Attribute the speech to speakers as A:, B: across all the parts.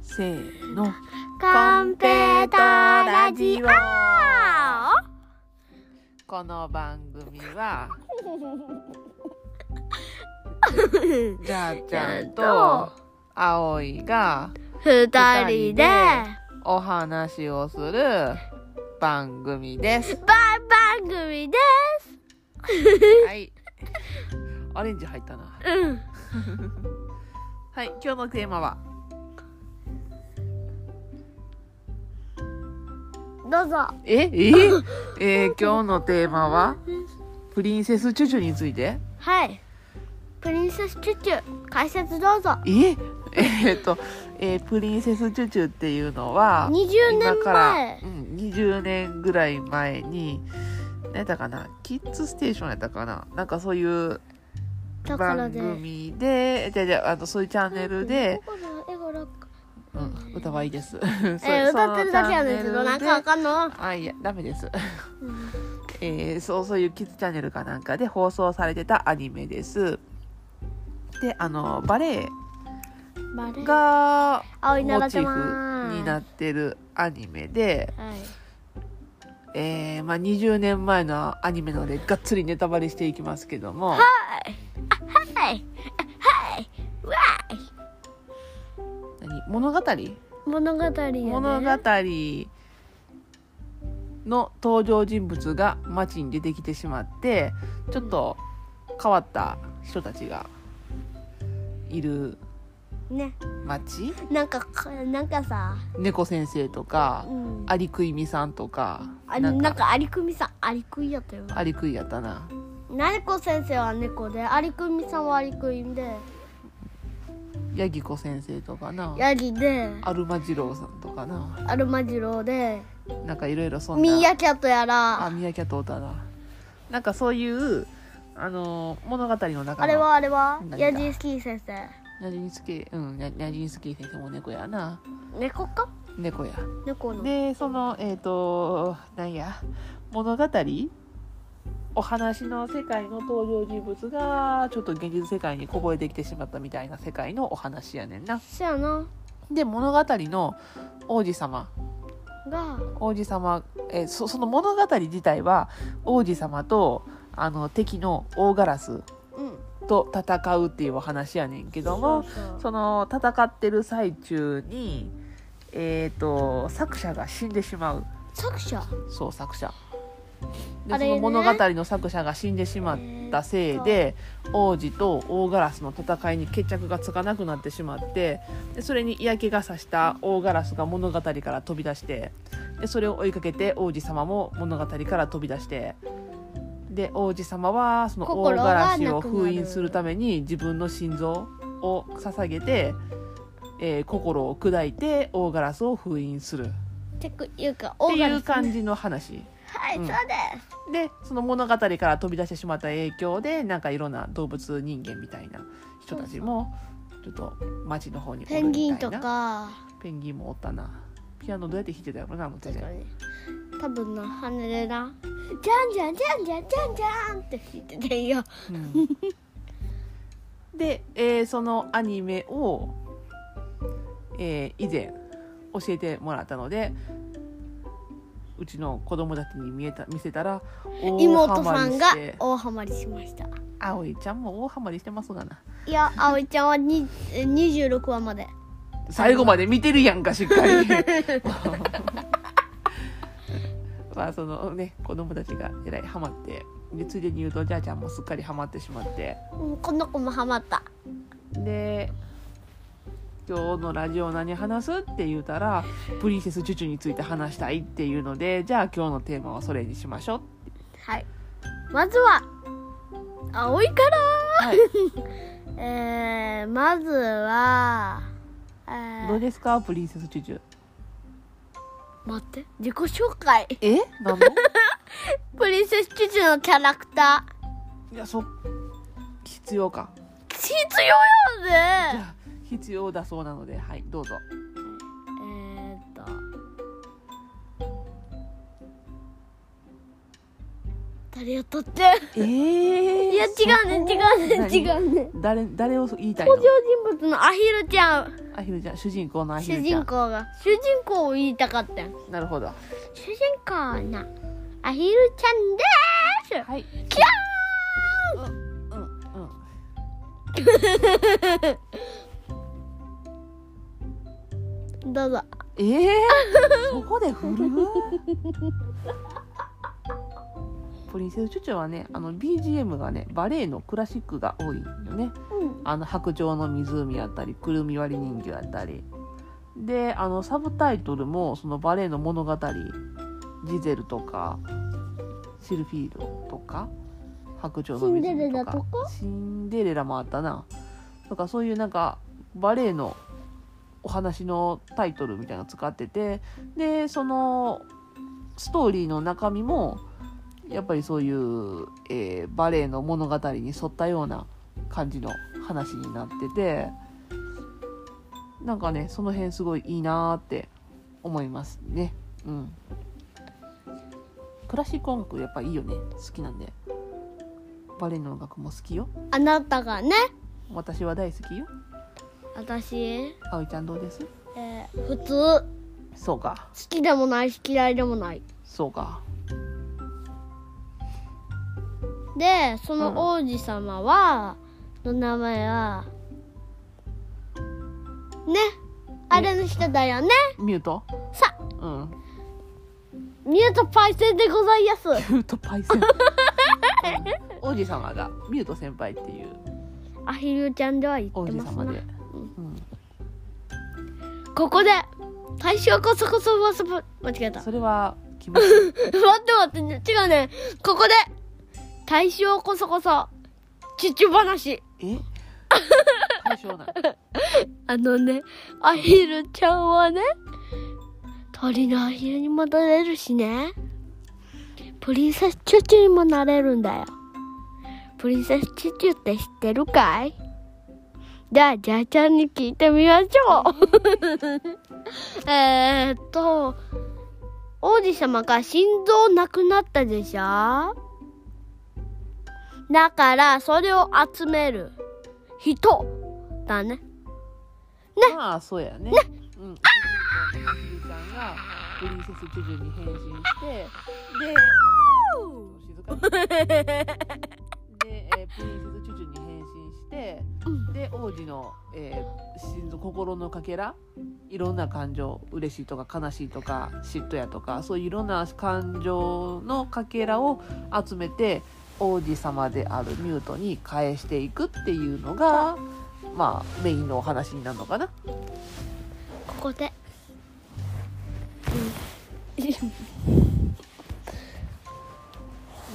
A: せーの
B: カンペータラジオ
A: この番組 はじゃあちゃんと葵が
B: 二人で
A: お話をする番組です
B: 番組で
A: はいアレンジ入ったな
B: すうん
A: はい今日のテーマは
B: どうぞ
A: えええー今日のテーマはプリンセスチュチュについて
B: はいプリンセスチュチュ解説どうぞ
A: ええーっと、えープリンセスチュチュっていうのは
B: 20年前
A: 今から、うん、20年ぐらい前に何やったかなキッズステーションやったかななんかそういう
B: ところ
A: 番
B: で
A: 組でじゃあじゃああのそういうチャンネルで、うん、歌はいい ですそう
B: えー、歌ってるだけやねんけ
A: そ
B: ど
A: のチャンネ
B: なん
A: ルで
B: かあかんの
A: あいやダメです、 えーそうそういうキッズチャンネルかなんかで放送されてたアニメですであのバレエ
B: バレー
A: が
B: 葵習
A: モ
B: っ
A: チ
B: て
A: ー
B: ま
A: フにな
B: ー
A: ってるアニメで、
B: すはい
A: えーまあ、20年前のアニメなのでがっつりネタバレしていきますけども
B: はい
A: 何物語
B: 物語やね
A: 物語の登場人物が街に出てきてしまってちょっと変わった人たちがいる
B: ね
A: 街
B: なんかかなんかさ
A: 猫先生とか
B: うん
A: アリクイミさんとか
B: あなんかアリクミさんアリクイやったよ
A: アリクイやったな
B: なねこ先生は猫でアリクミさんはアリクイで
A: ヤギ子先生とかな
B: ヤギで
A: アルマジロウさんとかな
B: アルマジロで
A: なんかいろいろそんな
B: ミーアキャットや
A: あ
B: ら
A: ミヤキャットおったななんかそういうあのー物語の中の
B: あれはあれは
A: 何だ
B: ヤジスキー先生
A: ニャジンスキーうんニャニャジンスキー先生も猫やな
B: 猫か
A: 猫や
B: 猫の
A: でそのえっ、となんや物語お話の世界の登場人物がちょっと現実世界にこぼれてきてしまったみたいな世界のお話やねんな
B: そやな
A: で物語の王子様
B: が
A: 王子様えーそその物語自体は王子様とあの敵の大ガラス
B: うん
A: と戦うっていうお話やねんけど
B: そう
A: も
B: そう
A: その戦ってる最中にえっ、と作者が死んでしまう
B: 作者
A: そう作者で
B: あ
A: そ
B: れ
A: の
B: ね
A: 物語の作者が死んでしまったせいで王子と大ガラスの戦いに決着がつかなくなってしまってでそれに嫌気がさした大ガラスが物語から飛び出してでそれを追いかけて王子様も物語から飛び出してで王子様はその大
B: 心
A: ガ
B: が
A: ラ
B: なくな
A: ス
B: る
A: を封印するために自分の心臓を捧げて、えー心を砕いて大ガラスを封印するっ
B: っていうか
A: ていう
B: ね
A: 感じの話。
B: はい
A: うん
B: そうです
A: でその物語から飛び出してしまった影響でなんかいろんな動物人間みたいな人たちもちょっと街の方におるみた
B: ペ
A: いな
B: ンギンとか
A: ペンギンもおったなピアノどうやって弾いてたやろなあの手
B: 確か
A: で
B: に多分な羽でなじゃんじゃんじゃんじゃんじゃんじゃんって弾いてていいよ
A: うんで、えーそのアニメを、えー以前教えてもらったのでうちの子供たちに見えた見せたら
B: 妹さんが
A: 大ハマりして
B: 大ハマりしました
A: 葵ちゃんも大ハマりしてますがない
B: や葵ちゃんはにえ26話まで
A: 最後まで見てるやんかしっか りまあそのね子供たちがえらいハマってでついでに言うとじゃあちゃんもすっかりハマってしまって
B: うんこの子もハマった
A: で今日のラジオ何話すって言うたらプリンセスチュチュについて話したいっていうのでじゃあ今日のテーマはそれにしましょう
B: はいまずは葵から
A: はい
B: えー、まずは、え
A: どう
B: ー、
A: ですかプリンセスチュチュ
B: 待って自己紹介
A: えなんの
B: プリンセスチュチュのキャラクター
A: いやそ必要か
B: 必要よ
A: じ
B: ね
A: ゃあ必要だそうなのではいどうぞ
B: えー、っと誰やったって
A: えー、
B: いや違うね違うね
A: 何
B: 違うね
A: 誰誰を言いたいの
B: 登場人物のアヒルちゃん
A: アアヒルちゃん主人公のアヒル
B: 主
A: ちゃん
B: 人公が主人公を言いたかったん
A: なるほど
B: 主人公のアヒルちゃんでーす
A: はい
B: キャー
A: うんうん
B: どうぞ
A: ええ そこで振るプリンセスチュチュはねあの BGM がねバレエのクラシックが多いよね
B: うん
A: あの白鳥の湖やったりくるみ割り人形やったりであのサブタイトルもそのバレエの物語ジゼルとかシルフィールとか白鳥の湖とか
B: シンデレラとか
A: シンデレラもあったなとかそういうなんかバレエのお話のタイトルみたいなの使っててでそのストーリーの中身もやっぱりそういう、えーバレエの物語に沿ったような感じの話になっててなんかねその辺すごいいいなーって思いますねうんクラシック音楽やっぱいいよね好きなんでバレエの音楽も好きよ
B: あなたがね
A: 私は大好きよ
B: 私、
A: 葵ちゃんどうです
B: えー普通好
A: そうか
B: きでもないし嫌いでもない
A: そうか
B: でその王子様は、の名前はねあれの人だよね
A: ミュート
B: さ
A: うん
B: ミュートパイセンでございます
A: ミュートパイセン、 うん王子様がミュート先輩っていう
B: アヒルちゃんでは言
A: 王
B: って
A: 子
B: ます
A: 様
B: な
A: で、うん、
B: ここで大将こそこそこそ間違えた
A: それは気持ち いい
B: 待って待って違うねここで大将こそこそ父話
A: え対象なの
B: あのねアヒルちゃんはね鳥のアヒルにもなれるしねプリンセスチュチュにもなれるんだよプリンセスチュチュって知ってるかいじゃあジャーちゃんに聞いてみましょうえーっと王子様が心臓なくなったでしょだからそれを集める人だね
A: まあそうやね。うん。ゆうちゃんがプリンセスジュジュに変身して、で、あの静かに。で、えープリンセスジュジュに変身して、で、王子の、えー心臓心のかけら、いろんな感情、嬉しいとか悲しいとか嫉妬やとか、そういういろんな感情のかけらを集めて。王子様であるミュートに返していくっていうのが、まあ、メインのお話になるのかな。
B: ここで、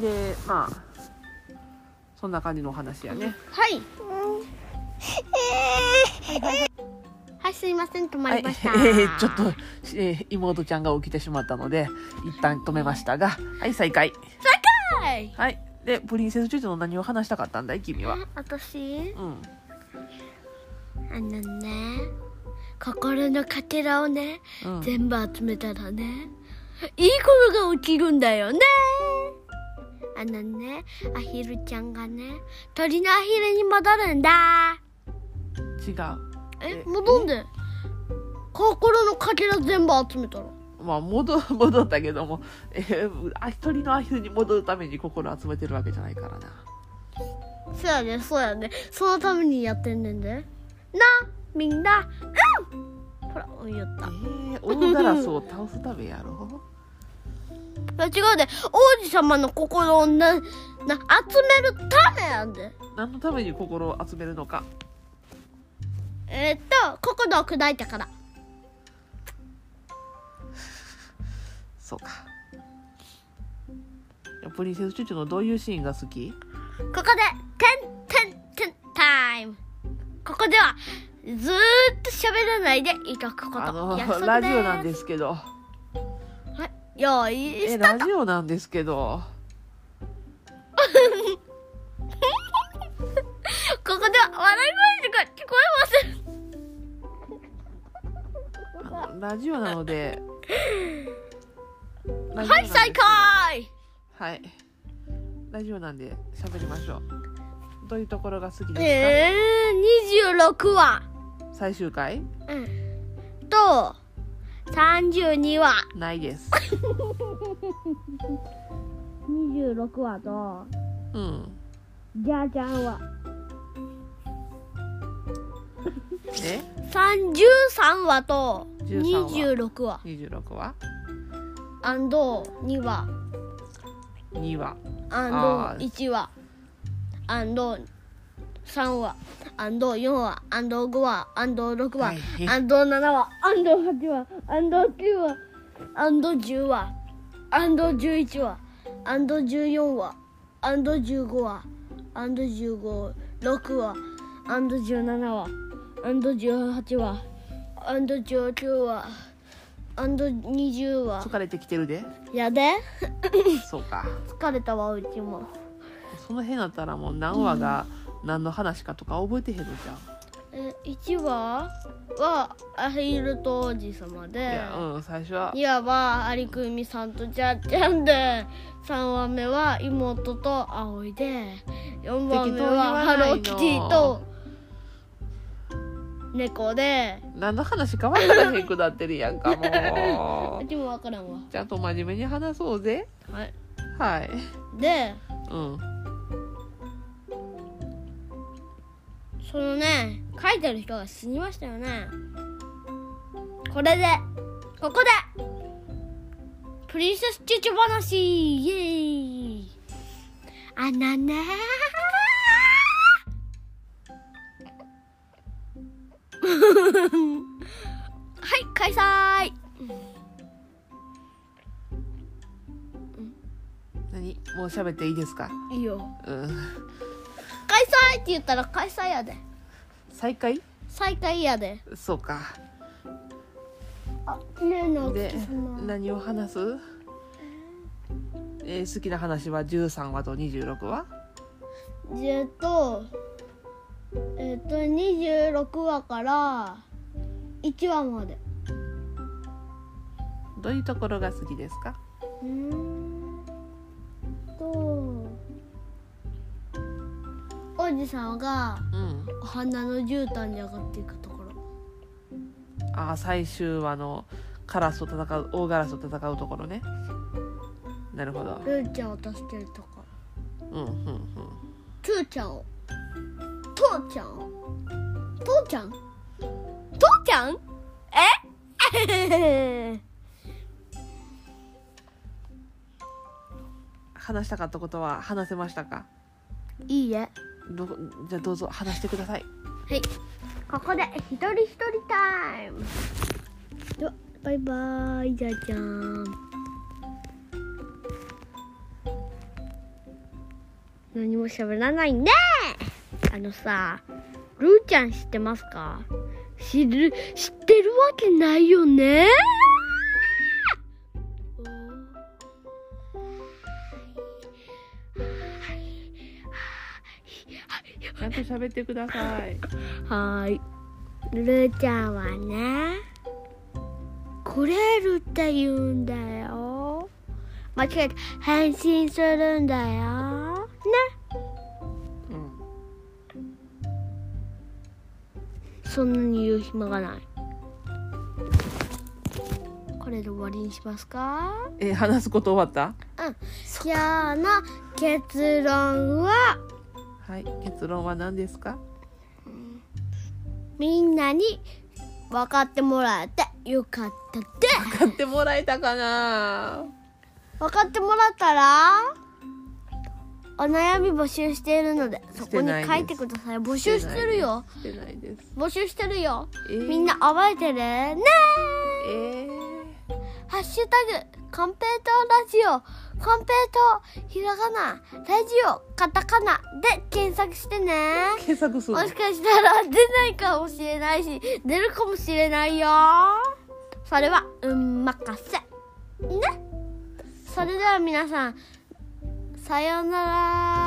A: でまあそんな感じのお話やね。
B: はい、はいすいません止まりました、
A: はいえ ーちょっと、えー妹ちゃんが起きてしまったので一旦止めましたがはい再開。
B: はい
A: はいでプリンセスジュジュの何を話したかったんだい君は。
B: 私
A: うん
B: あのね心のかけらをね、
A: うん、
B: 全部集めたらねいいことが起きるんだよねあのねアヒルちゃんがね鳥のアヒルに戻るんだ
A: 違う。
B: え
A: え
B: 戻んで心のかけら全部集めたら
A: まあ戻 戻ったけども、えー、あ一人のアヒルに戻るために心を集めてるわけじゃないからな。
B: そうやね、そうやね。そのためにやってんねんで。な、みんな、うんほら、うん、やっ
A: え
B: た。
A: ー、大ガラスを倒すためやろ
B: いや、違うで、王子様の心をな、な、集めるためやで。
A: 何のために心を集めるのか。
B: えーっと、心を砕いたから。
A: そうか。プリンセスチュチュのどういうシーンが好き
B: ここで、てんてんてんタイム。ここでは、ずーっと喋らないでいとくこと。
A: あの
B: 約束
A: ラジオなん
B: で
A: ですけど
B: す。はい、用意
A: え
B: スタ
A: ラ
B: ート。
A: ジオなんですけど
B: ここでは、笑い声が聞こえません。
A: あのラジオなので
B: はい、再開
A: はいラジオなんで喋りましょうどういうところが好きですか、
B: ええー、26話
A: 最終回
B: と32話
A: ないです。
B: 26話と
A: うん。
B: じゃあちゃんは
A: え
B: 33話と
A: 13
B: 26話
A: ?26 話
B: &2 話
A: ?2 話。あー
B: &1 話 &3 話 &4 話 &5 話 &6 話
A: 大
B: &7
A: 変
B: 話 &8 話 &9 話 &10 話 &11 話 &14 話 &15 話 &156 話 &17 話 &18 話 &19 話 &20 話
A: 疲れてきてるで。
B: やで
A: そうか。
B: 疲れたわうちも。
A: その辺だったらもう何話が何の話かとか覚えてへんのじゃん。
B: え1話はアヒルと王子様
A: い
B: で
A: や、うん、最初は。
B: 2話は有久美さんとちゃっちゃんで3話目は妹と葵で4話目はハローキティと猫で
A: 何の話か分からへんくなってるやんか、も
B: うちもわからんわ
A: う。ちゃんと真面目に話そうぜ。
B: はい
A: はい。
B: で
A: うん。
B: そのね書いてる人が死にましたよねこれでここでプリンセスチュチュ話イエーイあな ねはい開催
A: 何もう喋っていいですか
B: いいよ
A: うん。
B: 開催って言ったら開催やで
A: 再開
B: 再開やで
A: そうか。
B: あねえな
A: で、何を話すえー好きな話は13話と26話
B: えっと、えっと、26話から1話まで。
A: どういうところが好きですか
B: うーんと、王子様が
A: うん。
B: お花の絨毯に上がっていくところ。
A: ああ、最終話のカラスと戦う、大ガラスと戦うところね。なるほど。
B: ルーちゃんを助けるところ。
A: うん、うん、うん。
B: トゥーちゃんを。トーちゃんを。トーちゃんトーちゃんえ
A: 話したかったことは話せましたか
B: いいえ。
A: どこじゃあどうぞ話してください。
B: はい。ここで一人一人タイム。ではバイバイじゃじゃーん。何も喋らないね。あのさ、ルーちゃん知ってますか？知る知ってるわけないよね。
A: ちゃんと喋ってください。
B: はい。ルーちゃんはね、くれるって言うんだよ。間違えた。返信するんだよ。ね。
A: うん。
B: そんなに言う暇がない。これで終わりにしますか
A: えー話すこと終わった
B: うん。今日の結論は、
A: はい。結論は何ですか
B: みんなに分かってもらえてよかったで
A: 買ってもらえたかな
B: 分かってもらったらお悩み募集しているのでそこに書いてください募集してるよ
A: してないです。
B: 募集してるよ、
A: えー
B: みんな覚えてるね
A: え
B: ハッシュタグコンペイトラジオコンペイトひらがなラジオカタカナで検索してね
A: ー、検索する
B: も
A: の
B: しかしたら出ないかもしれないし出るかもしれないよそれは運任せねそれでは皆さんさようなら